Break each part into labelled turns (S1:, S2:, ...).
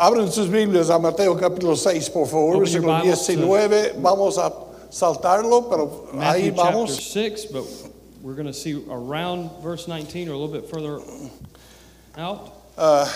S1: Abren sus Biblias a Mateo capítulo 6, por favor,
S2: Open your
S1: versículo
S2: Bibles to-
S1: 19. Vamos a saltarlo, pero ahí
S2: Matthew chapter
S1: vamos.
S2: 6, but we're going to see around verse 19 or a little bit further out.
S1: Ah,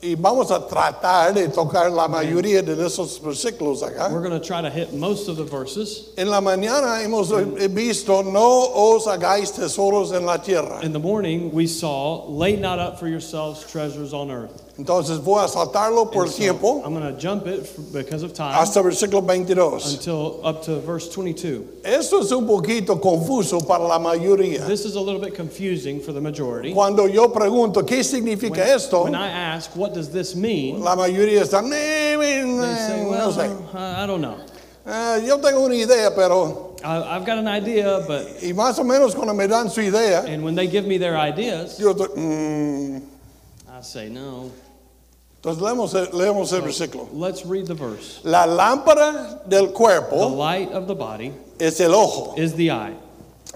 S1: y vamos a tratar de tocar la mayoría de esos versículos acá.
S2: We're going to try to hit most of the verses.
S1: En la mañana hemos eh, visto, no os hagáis tesoros en la tierra.
S2: In the morning, we saw, lay not up for yourselves treasures on earth.
S1: Entonces voy a saltarlo por
S2: And so
S1: tiempo
S2: I'm going to jump it f- because of time
S1: hasta versículo 22.
S2: until up to verse 22.
S1: Esto es un poquito confuso para la mayoría.
S2: This is a little bit confusing for the majority.
S1: Cuando yo pregunto, ¿qué significa esto?
S2: When I ask, what does this mean?
S1: La mayoría están,
S2: They say,
S1: Eh, no
S2: well,
S1: sé.
S2: I I don't know.
S1: Ah, yo tengo una idea, pero
S2: I, I've got an idea, but,
S1: y más o menos cuando me dan su idea,
S2: and when they give me their ideas,
S1: yo estoy, "Mm".
S2: I say, no,
S1: entonces leemos el, leemos el versículo.
S2: Let's read the verse.
S1: La lámpara del
S2: The
S1: cuerpo
S2: light of the body
S1: es el ojo.
S2: is the eye.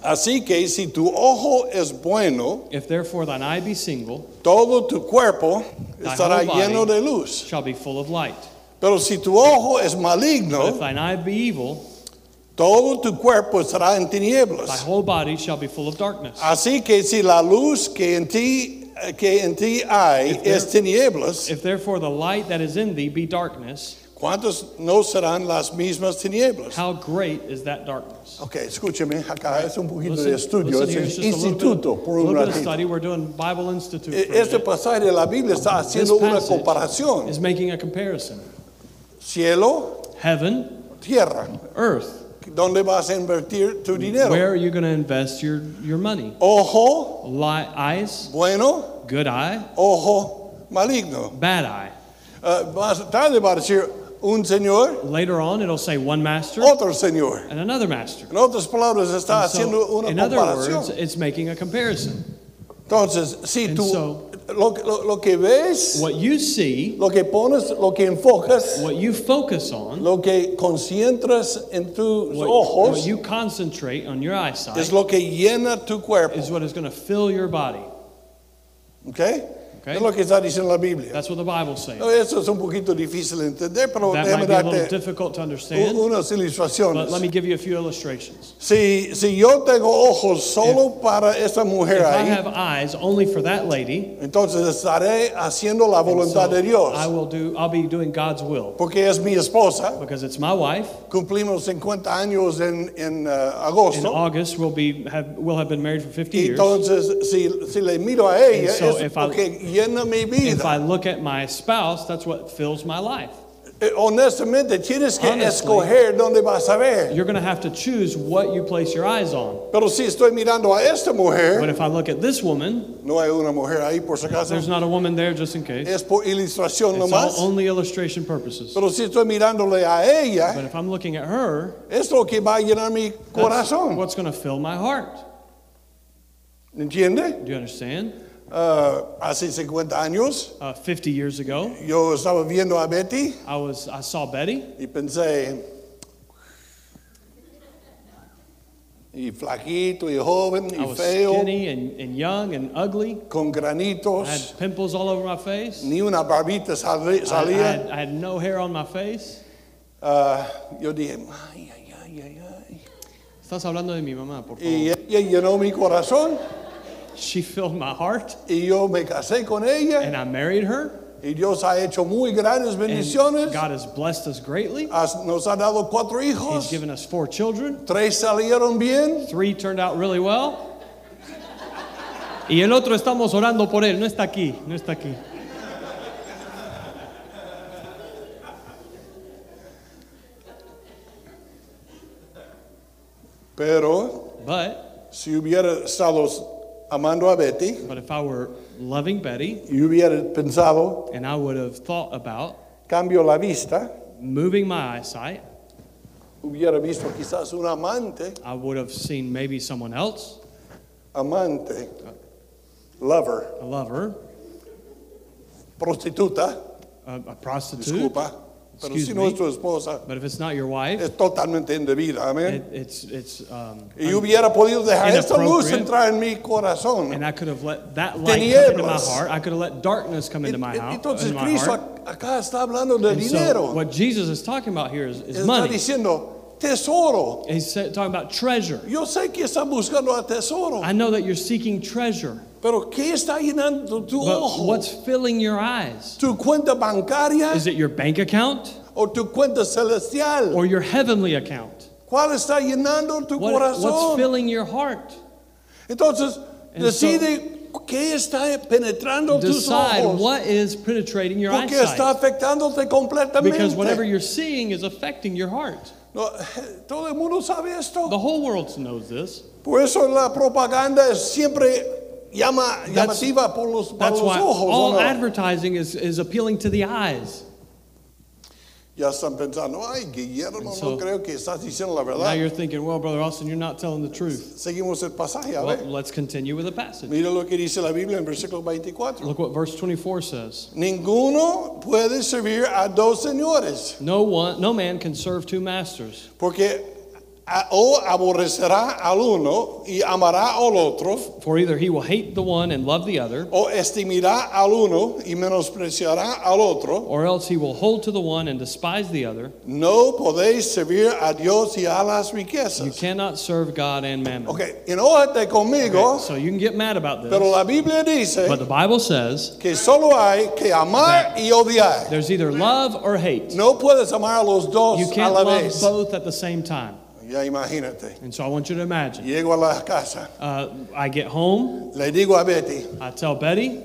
S1: Así que si tu ojo es bueno,
S2: If therefore thine eye be single,
S1: todo tu cuerpo estará
S2: whole body.
S1: lleno de luz.
S2: shall be full of light.
S1: Pero si tu ojo es
S2: But if
S1: maligno,
S2: thine eye be evil,
S1: todo tu cuerpo estará en
S2: thy
S1: tinieblas.
S2: whole body shall be full of darkness.
S1: Así que si la luz que en ti que en ti hay
S2: there-
S1: es tinieblas,
S2: If therefore the light that is in thee be darkness,
S1: ¿cuántos no serán las mismas tinieblas?
S2: how great is that darkness?
S1: Ok, escúcheme, acá es un poquito
S2: Listen-
S1: de estudio,
S2: listen
S1: es
S2: here,
S1: el
S2: it's just a little bit of-
S1: instituto por un
S2: little bit of
S1: ratito.
S2: study. We're doing Bible Institute.
S1: E-
S2: for a
S1: Este
S2: bit.
S1: pasaje de la Biblia está
S2: This
S1: haciendo una
S2: passage
S1: comparación.
S2: is making a comparison.
S1: Cielo,
S2: Heaven,
S1: tierra.
S2: earth.
S1: ¿Dónde vas a invertir tu dinero?
S2: Where are you going to invest your, your money?
S1: Ojo
S2: Light, eyes,
S1: bueno,
S2: good eye,
S1: ojo maligno.
S2: bad eye.
S1: Ah, más tarde va a decir un señor,
S2: Later on, it'll say one master
S1: otro señor.
S2: and another master.
S1: En otras palabras, está
S2: So,
S1: haciendo una
S2: in other
S1: comparación.
S2: words, it's making a comparison.
S1: Entonces, si
S2: And
S1: tú
S2: so-
S1: lo, que- lo- lo que ves,
S2: What you see,
S1: lo que pones, lo que enfocas,
S2: what you focus on,
S1: lo que concentras en tus
S2: what,
S1: ojos,
S2: what you concentrate on your eyesight
S1: es lo que llena tu cuerpo.
S2: is what is going to fill your body.
S1: ¿ok? Es lo que está diciendo la Biblia.
S2: That's what the Bible's saying.
S1: Eso es un poquito difícil de entender, pero
S2: That
S1: déjame
S2: might be a little
S1: darte
S2: difficult to
S1: u-
S2: understand,
S1: unas
S2: but let
S1: ilustraciones.
S2: me give you a few illustrations.
S1: Si, si yo tengo ojos solo para esa mujer
S2: If I
S1: ahí,
S2: have eyes only for that lady,
S1: entonces estaré haciendo la
S2: so
S1: voluntad de
S2: I
S1: Dios,
S2: will do. I'll be doing God's will
S1: porque es mi esposa.
S2: because it's my wife.
S1: Cumplimos 50 años en, en eh,
S2: In
S1: agosto.
S2: August, we'll be have, we'll have been married for 50
S1: Y
S2: years.
S1: entonces, si, si le miro a ella,
S2: And so
S1: es
S2: if I-
S1: porque llena mi
S2: If I
S1: vida.
S2: look at my spouse, that's what fills my life.
S1: Eh, Honestamente, tienes que
S2: Honestly.
S1: escoger dónde vas a ver.
S2: You're going to have to choose what you place your eyes on.
S1: Pero si estoy mirando a esta
S2: But
S1: mujer,
S2: if I look at this woman,
S1: no hay una mujer ahí por si acaso,
S2: there's not a woman there just in case.
S1: es por ilustración
S2: It's
S1: nomás.
S2: all only illustration purposes.
S1: Pero si estoy mirándole a ella,
S2: But if I'm looking at her,
S1: es lo que va a llenar mi
S2: that's
S1: corazón.
S2: what's going to fill my heart.
S1: ¿Entiende?
S2: Do you understand?
S1: Ah, hace 50 años,
S2: Uh, 50 years ago,
S1: yo estaba viendo a Betty
S2: I was I saw Betty.
S1: y pensé, y flaquito, y joven,
S2: I
S1: y
S2: was
S1: feo,
S2: skinny and, and young and ugly.
S1: con
S2: I
S1: granitos,
S2: had pimples all over my face.
S1: ni una barbita sali-
S2: I, I
S1: salía.
S2: had, I had no hair on my face.
S1: Ah, yo dije, ay, ay, ay, ay, ay.
S2: Estás hablando de mi mamá, por favor.
S1: Y ella llenó mi corazón
S2: She filled my heart,
S1: y yo me casé con ella
S2: and I married her.
S1: y Dios ha hecho muy grandes
S2: And
S1: bendiciones.
S2: God has blessed us greatly.
S1: Has- Nos ha dado cuatro
S2: He's
S1: hijos,
S2: given us four children.
S1: tres salieron bien
S2: Three turned out really well. Y el otro estamos orando por él. No está aquí, no está aquí.
S1: pero
S2: But,
S1: si hubiera estado amando a Betty
S2: but if I were loving Betty
S1: y hubiera pensado,
S2: and I would have thought about
S1: cambio la vista,
S2: moving my eyesight,
S1: hubiera visto quizás un amante,
S2: I would have seen maybe someone else,
S1: amante, lover,
S2: a lover,
S1: prostituta,
S2: a, a prostitute,
S1: disculpa, Pero
S2: Excuse
S1: si no
S2: me.
S1: es tu esposa,
S2: But if it's not your wife,
S1: es totalmente indebida. Amén.
S2: it, it's, it's, um,
S1: Y yo hubiera podido dejar esta luz
S2: Inappropriate.
S1: entrar en mi corazón.
S2: and I could have let that light come into my
S1: Tinieblas.
S2: heart. I could have let darkness come into my, house,
S1: Entonces
S2: into my
S1: Cristo
S2: heart.
S1: ac- acá está hablando de
S2: And so
S1: dinero.
S2: what Jesus is talking about here is, is
S1: Está
S2: money.
S1: diciendo tesoro.
S2: He's sa- talking about treasure.
S1: Yo sé que está buscando a tesoro,
S2: I know that you're seeking treasure,
S1: pero ¿qué está llenando tu
S2: but
S1: ojo?
S2: what's filling your eyes?
S1: ¿Tu cuenta bancaria
S2: Is it your bank account
S1: o tu cuenta celestial?
S2: or your heavenly account?
S1: ¿Cuál está llenando tu
S2: What- what's
S1: corazón?
S2: filling your heart?
S1: Entonces,
S2: And
S1: decide qué está penetrando tus
S2: Decide
S1: ojos,
S2: what is penetrating your
S1: porque está
S2: eyesight.
S1: afectándote
S2: Because whatever
S1: completamente.
S2: you're seeing is affecting your heart.
S1: No, todo el mundo sabe esto.
S2: The whole world knows this.
S1: Por eso la propaganda es siempre llama,
S2: That's-
S1: llamativa por los, para
S2: That's
S1: los
S2: why
S1: ojos. ¿o
S2: all
S1: no?
S2: advertising is, is appealing to the eyes.
S1: Ya están pensando, ay, Guillermo,
S2: And so-
S1: no creo que estás diciendo la
S2: Now
S1: verdad.
S2: you're thinking, well, Brother Austin, you're not telling the truth.
S1: Seguimos el pasaje, a
S2: Well,
S1: ver.
S2: let's continue with the passage.
S1: Mira lo que dice la Biblia en versículo 24.
S2: Look what verse 24 says.
S1: Ninguno puede servir a dos señores,
S2: No one, no man can serve two masters,
S1: porque a- o aborrecerá al uno y amará al otro,
S2: for either he will hate the one and love the other,
S1: o estimará al uno y menospreciará al otro.
S2: or else he will hold to the one and despise the other.
S1: No podéis servir a Dios y a las riquezas.
S2: You cannot serve God and mammon.
S1: Ok, enójate conmigo,
S2: Okay, so you can get mad about this,
S1: pero la Biblia dice
S2: but the Bible says
S1: que solo hay que amar y odiar.
S2: there's either love or hate.
S1: No puedes amar a los dos
S2: You
S1: a
S2: can't
S1: la
S2: love
S1: vez.
S2: both at the same time.
S1: Ya imagínate.
S2: And so I want you to imagine.
S1: Llego a la casa,
S2: Uh, I get home,
S1: le digo a Betty,
S2: I tell Betty,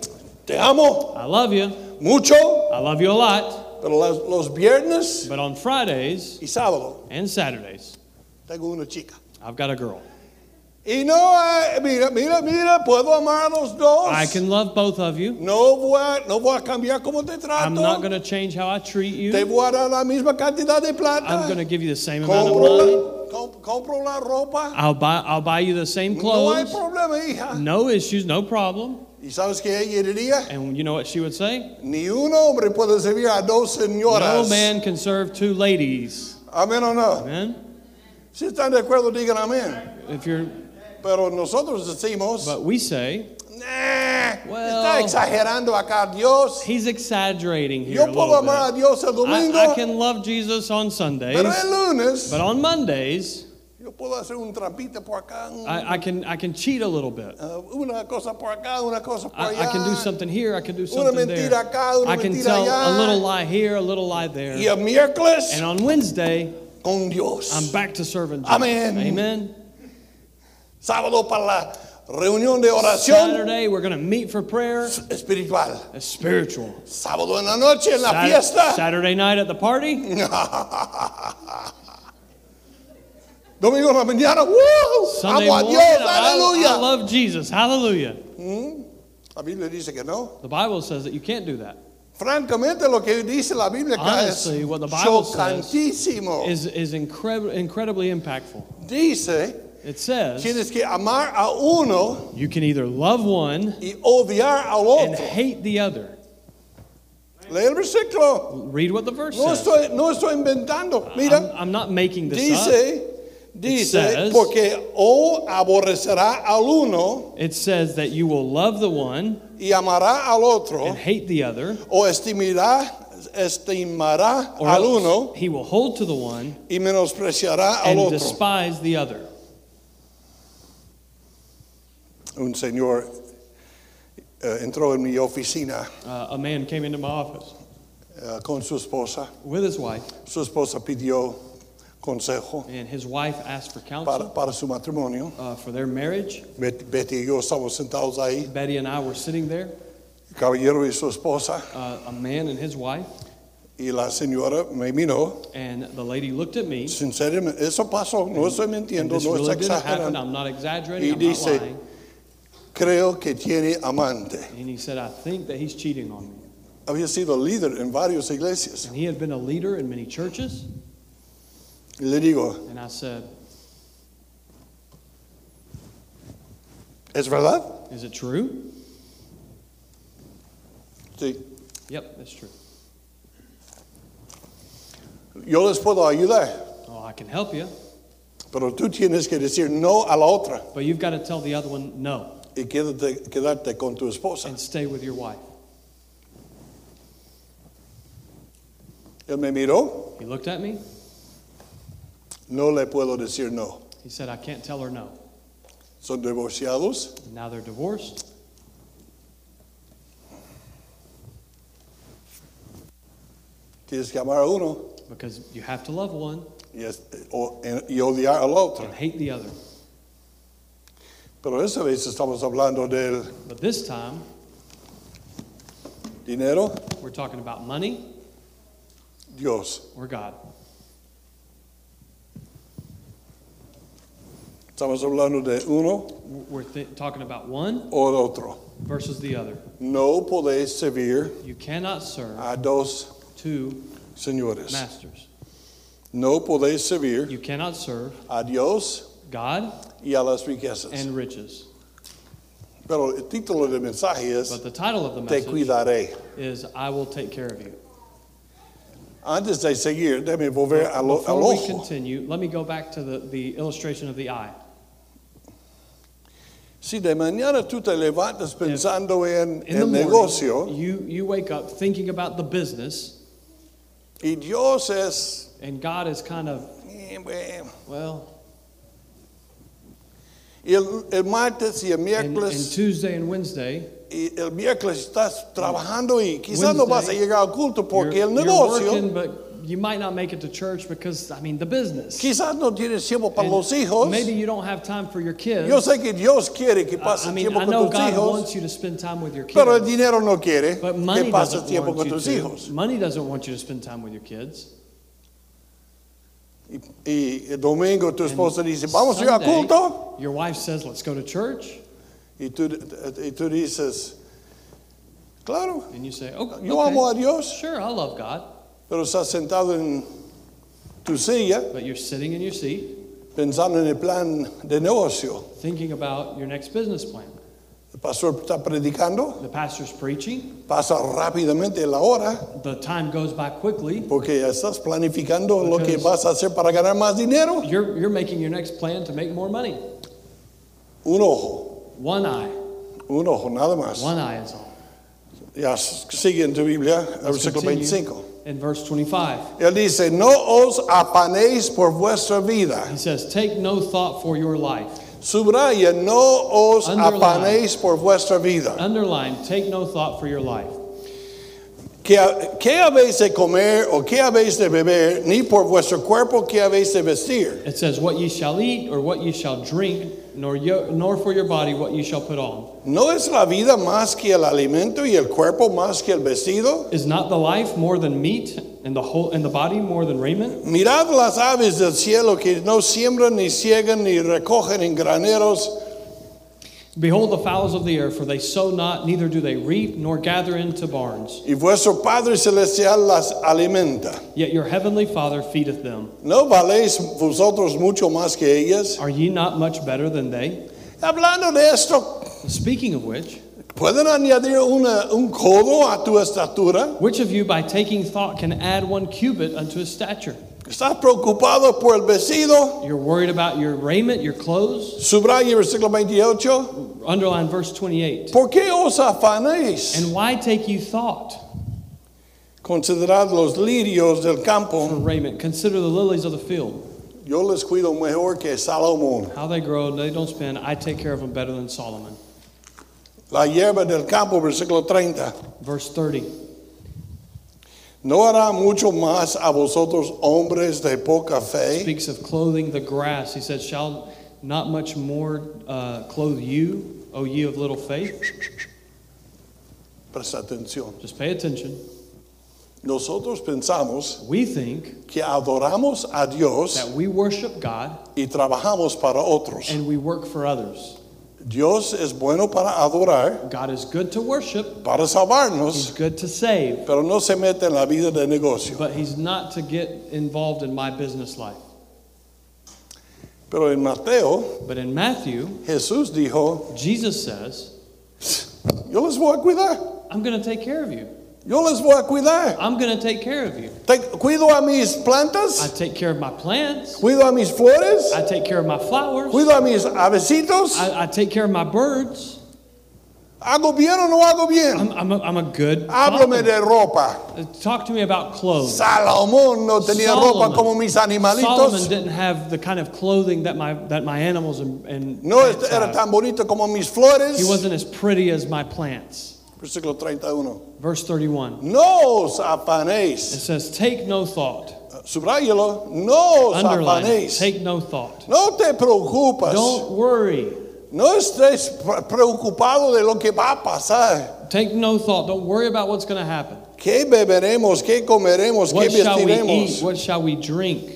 S1: te amo
S2: I love you,
S1: mucho,
S2: I love you a lot,
S1: pero los, los viernes
S2: but on Fridays
S1: y sábado
S2: and Saturdays,
S1: tengo una chica.
S2: I've got a girl.
S1: Y no, hay- mira, mira, mira, puedo amar a los dos.
S2: I can love both of you.
S1: No, voy a, no voy a cambiar cómo te
S2: I'm not
S1: trato.
S2: going to change how I treat
S1: Te
S2: you.
S1: voy a dar la misma cantidad de
S2: I'm
S1: plata.
S2: going to give you the same amount of
S1: Compro
S2: money.
S1: la, com- compro la ropa.
S2: I'll buy I'll buy you the same
S1: No hay
S2: clothes.
S1: problema, hija.
S2: No issues, no problem.
S1: ¿Y sabes qué ella diría?
S2: And you know what she would say?
S1: Ni un hombre puede servir a dos
S2: No
S1: señoras.
S2: man can serve two ladies.
S1: Amén o no.
S2: Amen.
S1: Si están de acuerdo, digan amén.
S2: If you're
S1: Pero nosotros decimos,
S2: but we say
S1: "Nah,
S2: Well-
S1: está exagerando acá Dios.
S2: he's exaggerating here.
S1: Yo
S2: a
S1: puedo
S2: little bit.
S1: amar a Dios el domingo,
S2: I, I can love Jesus on
S1: pero
S2: Sundays,
S1: el lunes
S2: but on Mondays
S1: yo puedo hacer un trampita por acá, un-
S2: I, I can I can cheat a little bit.
S1: uh, una cosa por acá, una cosa por
S2: I, I
S1: allá.
S2: can do something here, I can do something there.
S1: mentira acá, una
S2: I can
S1: mentira
S2: tell a
S1: allá.
S2: little lie here, a little lie
S1: Y
S2: there.
S1: el miércoles
S2: And on Wednesday,
S1: con Dios.
S2: I'm back to serving Jesus.
S1: Amen.
S2: Amen.
S1: Sábado para la reunión de oración
S2: Saturday, we're going to meet for prayer.
S1: espiritual.
S2: That's spiritual.
S1: Sábado en la noche en la
S2: Sat-
S1: fiesta.
S2: Saturday night at the party.
S1: Domingo en la mañana. ¡Wow!
S2: Sunday
S1: Amo a
S2: morning.
S1: Dios.
S2: I- I,
S1: Aleluya.
S2: love Jesus. Hallelujah.
S1: La Biblia dice que no.
S2: The Bible says that you can't do that.
S1: Francamente, lo que dice la Biblia acá es
S2: Honestly, what the Bible says
S1: chocantísimo.
S2: Is is incredible, incredibly impactful.
S1: Dice,
S2: It says
S1: tienes que amar a uno
S2: you can either love one
S1: y odiar al
S2: and
S1: otro.
S2: hate the other.
S1: Lee el versículo.
S2: Read what the verse
S1: No
S2: says.
S1: estoy, no estoy inventando.
S2: I'm,
S1: Mira,
S2: I'm not making this up.
S1: dice, dice,
S2: says-
S1: porque o aborrecerá al uno
S2: It says that you will love the one
S1: y amará al otro,
S2: and hate the other,
S1: o estimará, estimará
S2: or
S1: al
S2: else
S1: uno
S2: he will hold to the one
S1: y menospreciará al
S2: and
S1: otro.
S2: despise the other.
S1: Un señor eh, entró en mi oficina
S2: Uh, a man came into my office
S1: eh, con su esposa.
S2: with his wife,
S1: Su esposa pidió consejo
S2: and his wife asked for counsel
S1: para, para su matrimonio.
S2: uh, for their marriage.
S1: Bet- Betty y yo estamos sentados ahí,
S2: Betty and I were sitting there,
S1: el caballero y su esposa,
S2: uh, a man and his wife,
S1: y la señora me miró.
S2: and the lady looked at me.
S1: Sinceramente, eso pasó, no estoy
S2: And
S1: mintiendo,
S2: this
S1: no
S2: really
S1: estoy
S2: didn't happen.
S1: exagerando.
S2: I'm not
S1: Y
S2: exaggerating. I'm not
S1: dice-
S2: lying.
S1: Creo que tiene amante.
S2: And he said, I think that he's cheating on me.
S1: Había sido líder en varias iglesias.
S2: And he had been a leader in many churches.
S1: Y le digo,
S2: And I said,
S1: ¿es verdad?
S2: Is it true?
S1: Sí.
S2: Yep, that's true.
S1: Yo les puedo ayudar,
S2: Oh, I can help you.
S1: pero tú tienes que decir no a la otra
S2: But you've got to tell the other one no
S1: y quédate, quedarte con tu esposa.
S2: and stay with your wife.
S1: Él me miró,
S2: He looked at me.
S1: no le puedo decir no.
S2: He said, I can't tell her no.
S1: Son divorciados,
S2: And now they're divorced.
S1: tienes que amar a uno
S2: Because you have to love one
S1: y, es- o- y odiar al otro.
S2: and hate the other.
S1: Pero esta vez estamos hablando del
S2: But this time,
S1: dinero,
S2: we're talking about money
S1: Dios.
S2: or God.
S1: Estamos hablando de uno
S2: We're th- talking about one
S1: o el otro.
S2: versus the other.
S1: No podéis servir
S2: You cannot serve
S1: a dos
S2: two
S1: señores.
S2: masters.
S1: No podéis servir
S2: You cannot serve
S1: a Dios
S2: God
S1: y a las riquezas.
S2: and riches.
S1: Pero el título del mensaje es
S2: But the title of the
S1: Te
S2: message
S1: cuidaré.
S2: is I Will Take Care of You.
S1: Antes de seguir, déjame volver al, al
S2: Before we
S1: ojo.
S2: continue, let me go back to the, the illustration of the eye.
S1: Si de mañana tú te levantas pensando en
S2: In the
S1: el
S2: morning,
S1: negocio
S2: you, you wake up thinking about the business,
S1: y Dios es,
S2: and God is kind of,
S1: eh, bueno,
S2: well,
S1: y el, el martes y el
S2: and, and
S1: miércoles,
S2: Tuesday and Wednesday,
S1: y el miércoles estás trabajando y quizás no vas a
S2: Wednesday,
S1: llegar al culto porque
S2: you're,
S1: el
S2: you're
S1: negocio,
S2: working, but you might not make it to church because, I mean, the business.
S1: quizás no tienes tiempo para
S2: And
S1: los hijos.
S2: Maybe you don't have time for your kids.
S1: Yo sé que Dios quiere que
S2: I-
S1: pases
S2: I mean,
S1: tiempo
S2: I know
S1: con tus
S2: God
S1: hijos.
S2: wants you to spend time with your
S1: Pero el
S2: kids,
S1: dinero no quiere
S2: but
S1: que
S2: money
S1: pases
S2: doesn't
S1: tiempo
S2: want
S1: con
S2: you
S1: tus
S2: to.
S1: hijos.
S2: Money doesn't want you to spend time with your kids.
S1: Y, y el domingo tu esposa dice, vamos a ir al
S2: Sunday,
S1: culto.
S2: Your wife says, "Let's go to church,"
S1: Y tú, y tú dices, claro,
S2: and you say, "Oh,
S1: yo amo a
S2: okay.
S1: Dios,
S2: Sure, I love God,"
S1: pero estás sentado en tu silla
S2: but you're sitting in your seat
S1: pensando en el plan de negocio.
S2: thinking about your next business plan.
S1: El pastor está predicando,
S2: The pastor's preaching.
S1: pasa rápidamente la hora
S2: The time goes by quickly.
S1: porque ya estás planificando lo que
S2: Because-
S1: vas a hacer para ganar más dinero.
S2: You're you're making your next plan to make more money.
S1: Un ojo,
S2: One eye,
S1: un ojo, nada más.
S2: one eye is all.
S1: Ya sigue en tu Biblia, el versículo
S2: Continue
S1: 25.
S2: In verse 25.
S1: Él dice, no os apanéis por vuestra vida.
S2: He says, Take no thought for your life.
S1: Subraya, no os
S2: Underline.
S1: apanéis por vuestra vida.
S2: Underline, take no thought for your life.
S1: Que, que habéis de comer o que habéis de beber, ni por vuestro cuerpo que habéis de vestir.
S2: It says, What ye shall eat or what ye shall drink, nor, yo, nor for your body what ye shall put on.
S1: ¿No es la vida más que el alimento y el cuerpo más que el vestido?
S2: Is not the life more than meat, and the, whole, and the body more than raiment?
S1: Mirad las aves del cielo que no siembran, ni ciegan, ni recogen en graneros,
S2: Behold the fowls of the air, for they sow not, neither do they reap, nor gather into barns.
S1: y vuestro Padre Celestial las alimenta.
S2: Yet your heavenly Father feedeth them.
S1: ¿No valéis vosotros mucho más que ellas?
S2: Are ye not much better than they?
S1: Hablando de esto,
S2: Speaking of which,
S1: ¿pueden añadir una- un codo a tu estatura?
S2: which of you by taking thought can add one cubit unto his stature?
S1: ¿Estás preocupado por el vestido?
S2: You're worried about your raiment, your clothes?
S1: Subraya el versículo 28.
S2: Underline verse 28.
S1: ¿Por qué os afanáis?
S2: And why take you thought
S1: Considerad los lirios del
S2: for
S1: campo.
S2: raiment? Consider the lilies of the field,
S1: Yo les cuido mejor que Salomón.
S2: how they grow, they don't spin. I take care of them better than Solomon.
S1: La hierba del campo, versículo 30.
S2: Verse 30.
S1: ¿No hará mucho más a vosotros hombres de poca fe?
S2: Speaks of clothing the grass. He said, Shall not much more uh, clothe you, O ye of little faith?
S1: Presta atención.
S2: Just pay attention.
S1: Nosotros pensamos
S2: We think
S1: que adoramos a Dios
S2: that we worship God
S1: y trabajamos para otros.
S2: and we work for others.
S1: Dios es bueno para adorar,
S2: God is good to worship,
S1: para
S2: He's
S1: salvarnos,
S2: good to save,
S1: pero no se mete en la vida de negocio.
S2: but He's not to get involved in my business life.
S1: Pero en Mateo,
S2: But in Matthew,
S1: Jesús dijo,
S2: Jesus says,
S1: yo les voy a cuidar,
S2: I'm going to take care of you.
S1: Yo les voy a cuidar.
S2: I'm going to take care of you.
S1: Te- cuido a mis
S2: I
S1: plantas,
S2: take care of my plants.
S1: cuido a mis flores,
S2: I take care of my flowers.
S1: cuido a mis avecitos.
S2: I, I take care of my birds.
S1: ¿Hago bien o no hago bien?
S2: I'm, I'm, a, I'm a good
S1: Háblame
S2: father. Uh,
S1: de ropa.
S2: Talk to me about clothes.
S1: Salomón no tenía ropa
S2: Solomon.
S1: como mis
S2: Solomon
S1: animalitos.
S2: didn't have the kind of clothing that my, that my animals and, and
S1: No
S2: plants
S1: era
S2: have.
S1: tan bonito como mis
S2: He
S1: flores.
S2: wasn't as pretty as my plants.
S1: Versículo 31.
S2: Verse 31.
S1: No os
S2: It
S1: afanéis.
S2: says, Take no thought.
S1: Subráyelo. No os
S2: Underline it.
S1: afanéis.
S2: Take no thought.
S1: No te preocupes.
S2: Don't worry.
S1: No estés pre- preocupado de lo que va a pasar.
S2: Take no thought. Don't worry about what's going to happen.
S1: ¿Qué beberemos? ¿Qué comeremos? ¿Qué
S2: What shall we eat?
S1: vestiremos?
S2: What shall we drink?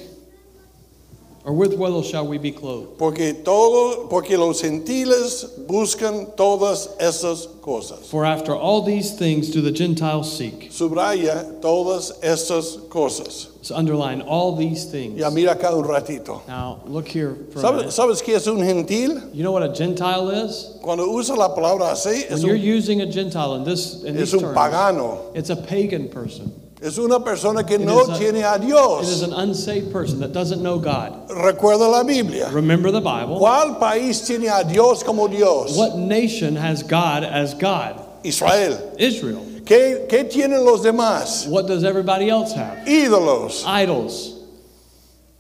S2: Or with what shall we be clothed?
S1: Porque, todo, porque los gentiles buscan todas esas cosas.
S2: For after all these things do the Gentiles seek.
S1: Subraya todas estas cosas.
S2: So underline all these things.
S1: Ya mira acá un ratito.
S2: Now, look here for a
S1: ¿Sabes,
S2: minute.
S1: ¿Sabes qué es un gentil?
S2: You know what a Gentile is?
S1: Cuando usa la palabra así,
S2: When
S1: es
S2: you're
S1: un,
S2: using a Gentile in this in
S1: es
S2: these
S1: un
S2: terms,
S1: pagano.
S2: it's a pagan person.
S1: Es una persona que no
S2: is a-
S1: tiene a
S2: It is
S1: Dios.
S2: an unsaved person that doesn't know God.
S1: Recuerda la Biblia.
S2: Remember the Bible.
S1: ¿Cuál país tiene a Dios como Dios?
S2: What nation has God as God?
S1: Israel.
S2: Israel.
S1: ¿Qué, ¿Qué tienen los demás?
S2: What does everybody else have?
S1: Ídolos.
S2: Idols.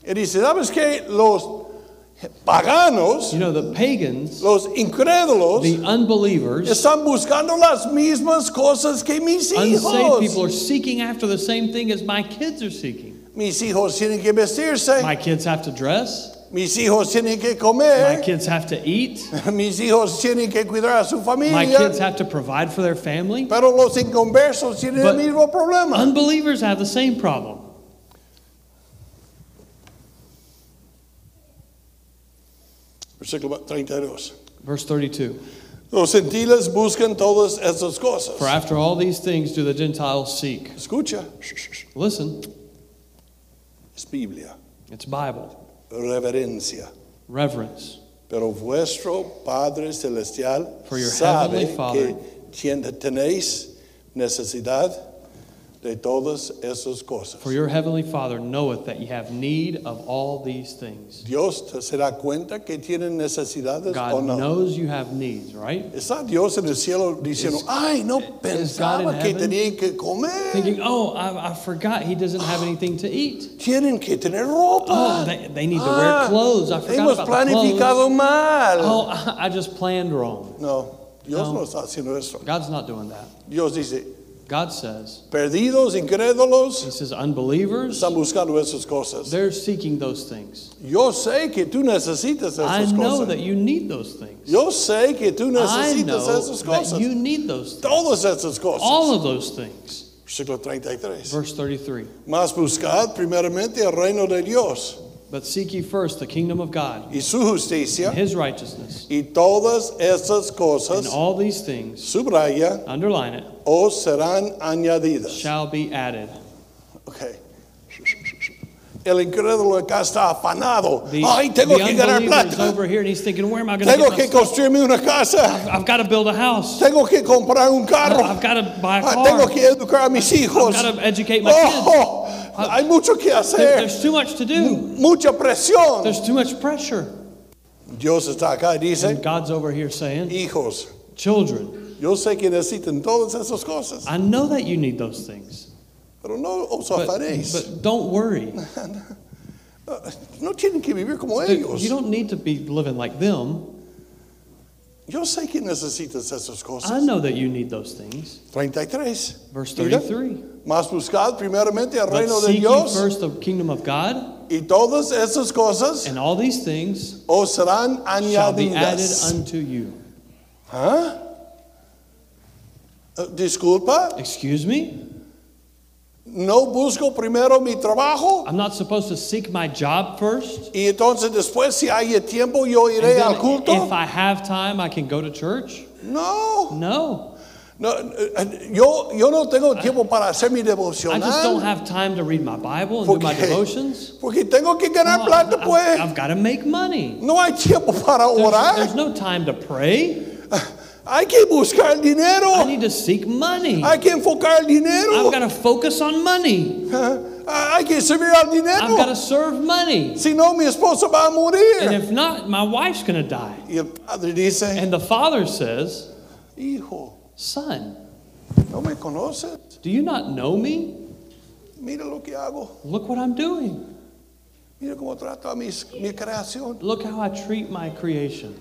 S1: Y dice, ¿sabes qué? Los paganos,
S2: You know, the pagans,
S1: los incrédulos,
S2: the unbelievers,
S1: están buscando las mismas cosas que mis
S2: unsaved
S1: hijos.
S2: people are seeking after the same thing as my kids are seeking.
S1: Mis hijos tienen que vestirse,
S2: My kids have to dress,
S1: mis hijos tienen que
S2: my
S1: comer,
S2: kids have to eat,
S1: mis hijos tienen que cuidar a su
S2: my
S1: familia,
S2: kids have to provide for their family.
S1: pero los inconversos tienen el
S2: But-
S1: mismo problema.
S2: Unbelievers have the same problem.
S1: Versículo 32.
S2: Verse 32
S1: Los gentiles buscan todas esas cosas.
S2: For after all these things do the Gentiles seek.
S1: Escucha, Shh, shh, shh.
S2: Listen,
S1: es Biblia,
S2: it's Bible,
S1: reverencia.
S2: reverence.
S1: Pero vuestro Padre Celestial
S2: For your
S1: sabe
S2: heavenly Father.
S1: que tien- tenéis necesidad de todas esas cosas.
S2: For your heavenly Father knoweth that ye have need of all these things.
S1: Dios te- se da cuenta que tienen necesidades o
S2: God
S1: Oh, no.
S2: knows you have needs, right?
S1: Está Dios en el cielo diciendo,
S2: Is-
S1: ay, no
S2: is
S1: pensaba
S2: God in
S1: que
S2: heaven
S1: tenían que comer,
S2: Thinking, oh, I, I forgot he doesn't have anything to eat.
S1: tienen que tener
S2: Oh,
S1: ropa.
S2: they, they need to
S1: Ah,
S2: wear clothes. I forgot
S1: Hemos
S2: about the
S1: planificado
S2: clothes.
S1: mal.
S2: Oh, I, I just planned wrong.
S1: No, Dios no.
S2: No.
S1: está haciendo eso.
S2: God's not doing that.
S1: Dios dice,
S2: God says,
S1: perdidos, incrédulos,
S2: He says, unbelievers,
S1: están buscando esas cosas.
S2: they're seeking those things.
S1: Yo sé que tú necesitas
S2: I
S1: esas
S2: know that
S1: cosas.
S2: you need those things.
S1: Yo sé que tú
S2: I
S1: necesitas
S2: know
S1: esas
S2: that
S1: cosas.
S2: you need those things.
S1: Todas esas cosas.
S2: All of those things.
S1: Versículo 33.
S2: Verse 33.
S1: Mas buscad primeramente el reino de Dios
S2: But seek ye first the kingdom of God.
S1: y su justicia
S2: his righteousness
S1: y todas esas cosas,
S2: and all these things
S1: subraya,
S2: underline it
S1: os serán añadidas.
S2: shall be added
S1: Ok. El incrédulo acá está afanado.
S2: the,
S1: Ay, tengo
S2: the
S1: que ganar
S2: unbeliever is
S1: plata.
S2: over here and he's thinking where am i going
S1: Tengo
S2: to
S1: que
S2: get my,
S1: construirme una casa.
S2: i've got to build a house
S1: Tengo que comprar un carro.
S2: i've got to buy a
S1: Ah,
S2: car
S1: tengo que educar a mis
S2: i've
S1: hijos.
S2: got to educate my kids
S1: Oh, hay mucho que
S2: There-
S1: hacer.
S2: there's too much to do
S1: Mucha presión.
S2: there's too much pressure
S1: Dios está acá y dice,
S2: and god's over here saying
S1: hijos,
S2: children
S1: yo sé que necesitan todas esas cosas.
S2: i know that you need those things
S1: Pero no os
S2: but,
S1: afanéis.
S2: but don't worry
S1: No tienen que vivir como ellos.
S2: you don't need to be living like them
S1: Yo sé que necesitas esas
S2: i
S1: cosas.
S2: know that you need those things
S1: 33.
S2: Ah, verse
S1: Mira,
S2: 33
S1: Mas buscad primeramente el
S2: but
S1: reino de
S2: seek ye
S1: Dios
S2: first the kingdom of god
S1: y todas esas cosas
S2: And all these things
S1: os serán
S2: shall be added
S1: añadidas.
S2: unto you.
S1: ¿Ah? Eh, Disculpa,
S2: Excuse me?
S1: no busco primero mi trabajo
S2: I'm not supposed to seek my job first?
S1: y entonces después si hay tiempo yo
S2: And
S1: iré
S2: then
S1: al culto.
S2: If I have time, I can go to church?
S1: No,
S2: No.
S1: no eh, eh, yo, yo no tengo tiempo para hacer mi
S2: I just don't
S1: devocional
S2: have time to read my Bible and
S1: ¿Por
S2: do my
S1: qué?
S2: devotions.
S1: porque tengo que ganar
S2: No,
S1: plata
S2: I've-
S1: pues.
S2: I've got to make money.
S1: No hay tiempo para
S2: There's,
S1: orar.
S2: there's no time to pray.
S1: Hay que buscar
S2: I
S1: dinero.
S2: need to seek money.
S1: Hay que enfocar el dinero.
S2: I've got to focus on money.
S1: Ah, Hay que servir al
S2: I've got
S1: dinero.
S2: to serve money.
S1: Si no, mi esposo va a
S2: And
S1: morir.
S2: if not, my wife's going to die.
S1: Y el padre dice,
S2: And the father says,
S1: hijo,
S2: Son,
S1: no me conoces.
S2: do you not know me?
S1: Mira lo que hago.
S2: Look what I'm doing.
S1: Mira cómo trato a mis, mi creación.
S2: Look how I treat my creation.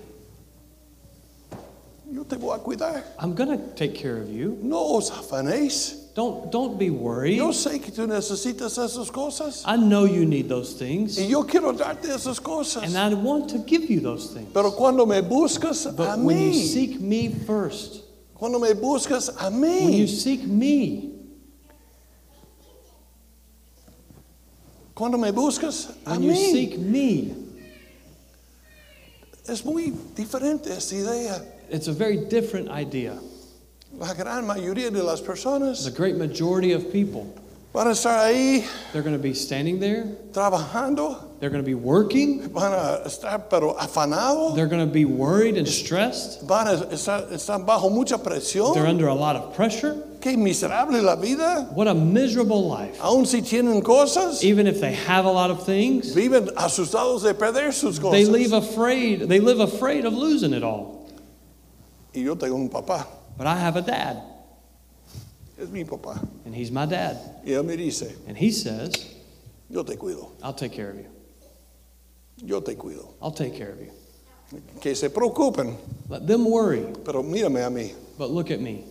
S1: Yo te voy a cuidar.
S2: I'm going to take care of you.
S1: No os afanéis.
S2: Don't, don't be worried.
S1: Yo sé que tú necesitas esas cosas.
S2: I know you need those things.
S1: Y yo quiero darte esas cosas.
S2: And I want to give you those things.
S1: Pero cuando me buscas a
S2: But when you
S1: mí,
S2: seek me first,
S1: cuando me buscas a
S2: when you
S1: mí,
S2: seek me,
S1: cuando me buscas a
S2: when you
S1: mí,
S2: seek me,
S1: es muy diferente esta idea.
S2: it's a very different idea.
S1: La gran mayoría de las personas
S2: The great majority of people,
S1: van a estar ahí
S2: they're going to be standing there,
S1: trabajando,
S2: they're going to be working,
S1: van a estar pero afanados,
S2: they're going to be worried and stressed,
S1: van a estar están bajo mucha
S2: they're
S1: presión.
S2: under a lot of pressure.
S1: Qué miserable la vida.
S2: What a miserable life.
S1: Aun si tienen cosas,
S2: Even if they have a lot of things,
S1: viven asustados de perder sus cosas.
S2: they leave afraid, they live afraid of losing it all.
S1: Y yo tengo un papá,
S2: But I have a dad,
S1: es mi papá,
S2: and he's my dad,
S1: y él me dice,
S2: and he says,
S1: yo te cuido,
S2: I'll take care of you.
S1: yo te cuido.
S2: I'll take care of you.
S1: Que se preocupen,
S2: Let them worry,
S1: pero mírame a mí,
S2: but look at me.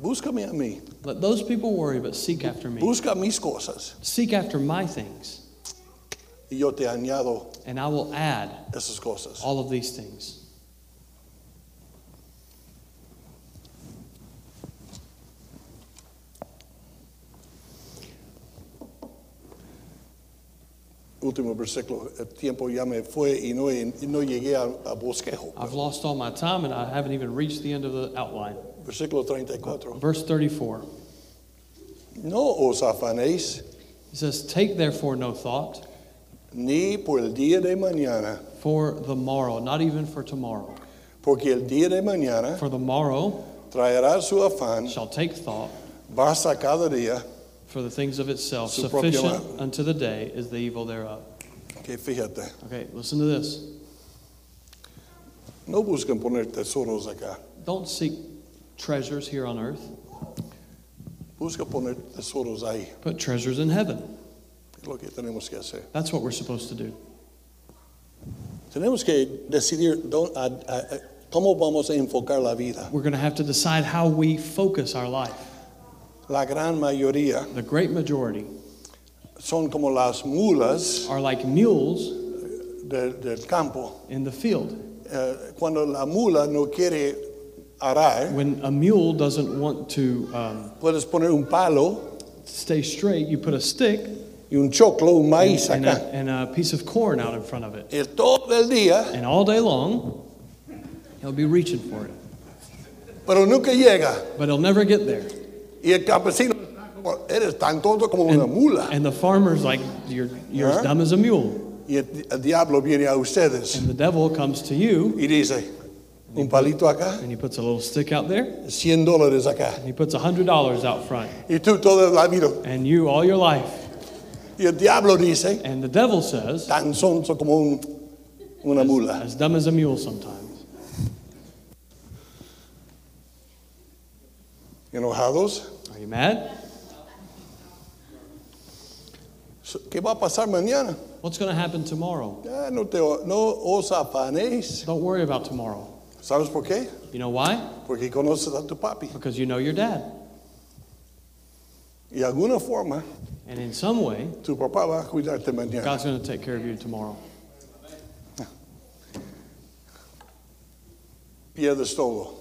S1: búscame a mí,
S2: Let those people worry, but seek after me.
S1: busca mis cosas,
S2: Seek after my things,
S1: y yo te añado
S2: and I will add
S1: esas cosas.
S2: all of these things.
S1: Último versículo, el tiempo ya me fue y no, y no llegué a, a bosquejo.
S2: I've lost all my time, and I haven't even reached the end of the outline.
S1: Versículo 34,
S2: Verse 34
S1: no os afanéis
S2: it says, Take therefore no thought
S1: ni por el día de mañana,
S2: for the morrow, not even for tomorrow.
S1: porque el día de mañana
S2: For the morrow
S1: traerá su afán,
S2: shall take thought
S1: basta cada día.
S2: for the things of itself.
S1: Su propio
S2: Sufficient
S1: mal.
S2: unto the day is the evil thereof.
S1: Que fíjate,
S2: Okay, listen to this.
S1: no busquen poner tesoros acá,
S2: Don't seek treasures here on earth,
S1: busca poner tesoros ahí,
S2: put treasures in heaven.
S1: es lo que tenemos que hacer.
S2: That's what we're supposed to do.
S1: Tenemos que decidir dó- a- a- a- cómo vamos a enfocar la vida.
S2: We're going to have to decide how we focus our life.
S1: La gran mayoría
S2: The great majority
S1: son como las mulas
S2: are like mules
S1: de- del campo.
S2: in the field.
S1: Eh, cuando la mula no quiere arar,
S2: When a mule doesn't want to um,
S1: puedes poner un palo
S2: stay straight, you put a stick
S1: y un choclo, un maíz
S2: and a,
S1: acá.
S2: and a piece of corn out in front of it.
S1: Y todo el día,
S2: And all day long, he'll be reaching for it.
S1: pero nunca llega.
S2: But he'll never get there.
S1: Y el campesino, está como, eres tan tonto como una mula.
S2: And the farmer's like, You're, you're
S1: Huh?
S2: as dumb as a mule.
S1: Y el, el diablo viene a ustedes
S2: And the devil comes to you
S1: y dice, un palito acá,
S2: and he puts a little stick out there and
S1: 100 dólares acá.
S2: he puts $100 out front.
S1: Y tú toda la vida.
S2: And you, all your life,
S1: Y el diablo dice,
S2: and the devil says,
S1: tan sonso como un- una mula.
S2: As dumb as a mule sometimes.
S1: Enojados.
S2: Are you mad?
S1: ¿Qué va a pasar mañana?
S2: What's going to happen tomorrow?
S1: Ya no, te, no os afanéis.
S2: Don't worry about tomorrow.
S1: ¿Sabes por qué?
S2: You know why?
S1: Porque conoces a tu papi.
S2: Because you know your dad.
S1: Y de alguna forma,
S2: And in some way,
S1: tu papá va a cuidarte mañana.
S2: God's going to take care of you tomorrow.
S1: Pierdes todo.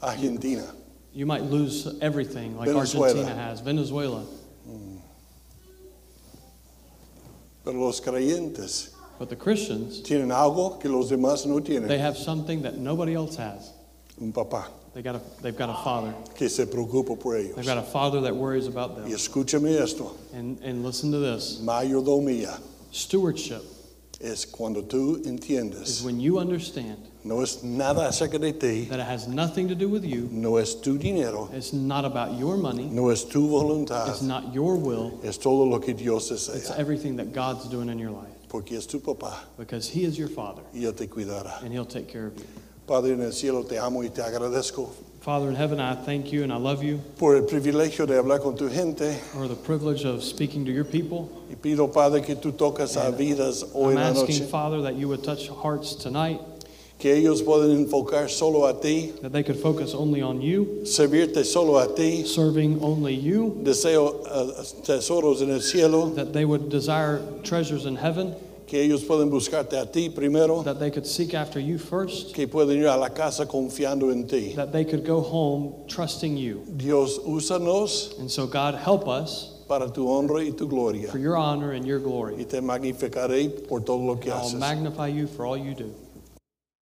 S1: Argentina.
S2: You might lose everything like
S1: Venezuela.
S2: Argentina has, Venezuela.
S1: Pero los creyentes
S2: But the Christians,
S1: tienen algo que los demás no
S2: they
S1: tienen.
S2: have something that nobody else has.
S1: Un papá
S2: They got a, they've got a father.
S1: que se preocupa por
S2: They've
S1: ellos.
S2: got a father that worries about
S1: Y
S2: them.
S1: escúchame esto.
S2: And, and listen to this
S1: Mayordomía
S2: stewardship
S1: es cuando tú
S2: is
S1: entiendes
S2: when you understand
S1: No es nada acerca de ti.
S2: that it has nothing to do with you.
S1: No es tu dinero.
S2: It's not about your money.
S1: No es tu voluntad.
S2: It's not your will.
S1: Es todo lo que Dios
S2: It's
S1: desea.
S2: everything that God's doing in your life
S1: Porque es tu papá
S2: because He is your Father
S1: y Él te cuidará.
S2: and He'll take care of you.
S1: Padre en el cielo, te amo y te agradezco
S2: Father in heaven, I thank you and I love you
S1: por el privilegio de hablar con tu gente.
S2: for the privilege of speaking to your people.
S1: Y pido, Padre, que tú tocas a vidas hoy en
S2: I'm
S1: la
S2: asking,
S1: noche.
S2: Father, that you would touch hearts tonight,
S1: Que ellos puedan enfocar solo a ti,
S2: that they could focus only on you,
S1: servirte solo a ti.
S2: serving only you,
S1: Deseo eh, tesoros en el cielo.
S2: that they would desire treasures in heaven,
S1: Que ellos puedan buscarte a ti primero.
S2: that they could seek after you first,
S1: Que puedan ir a la casa confiando en ti.
S2: that they could go home trusting you.
S1: Dios, úsanos
S2: And so, God, help us
S1: para tu honra y tu gloria.
S2: for your honor and your glory.
S1: Y te magnificaré por todo lo que
S2: I'll
S1: haces.
S2: magnify you for all you do.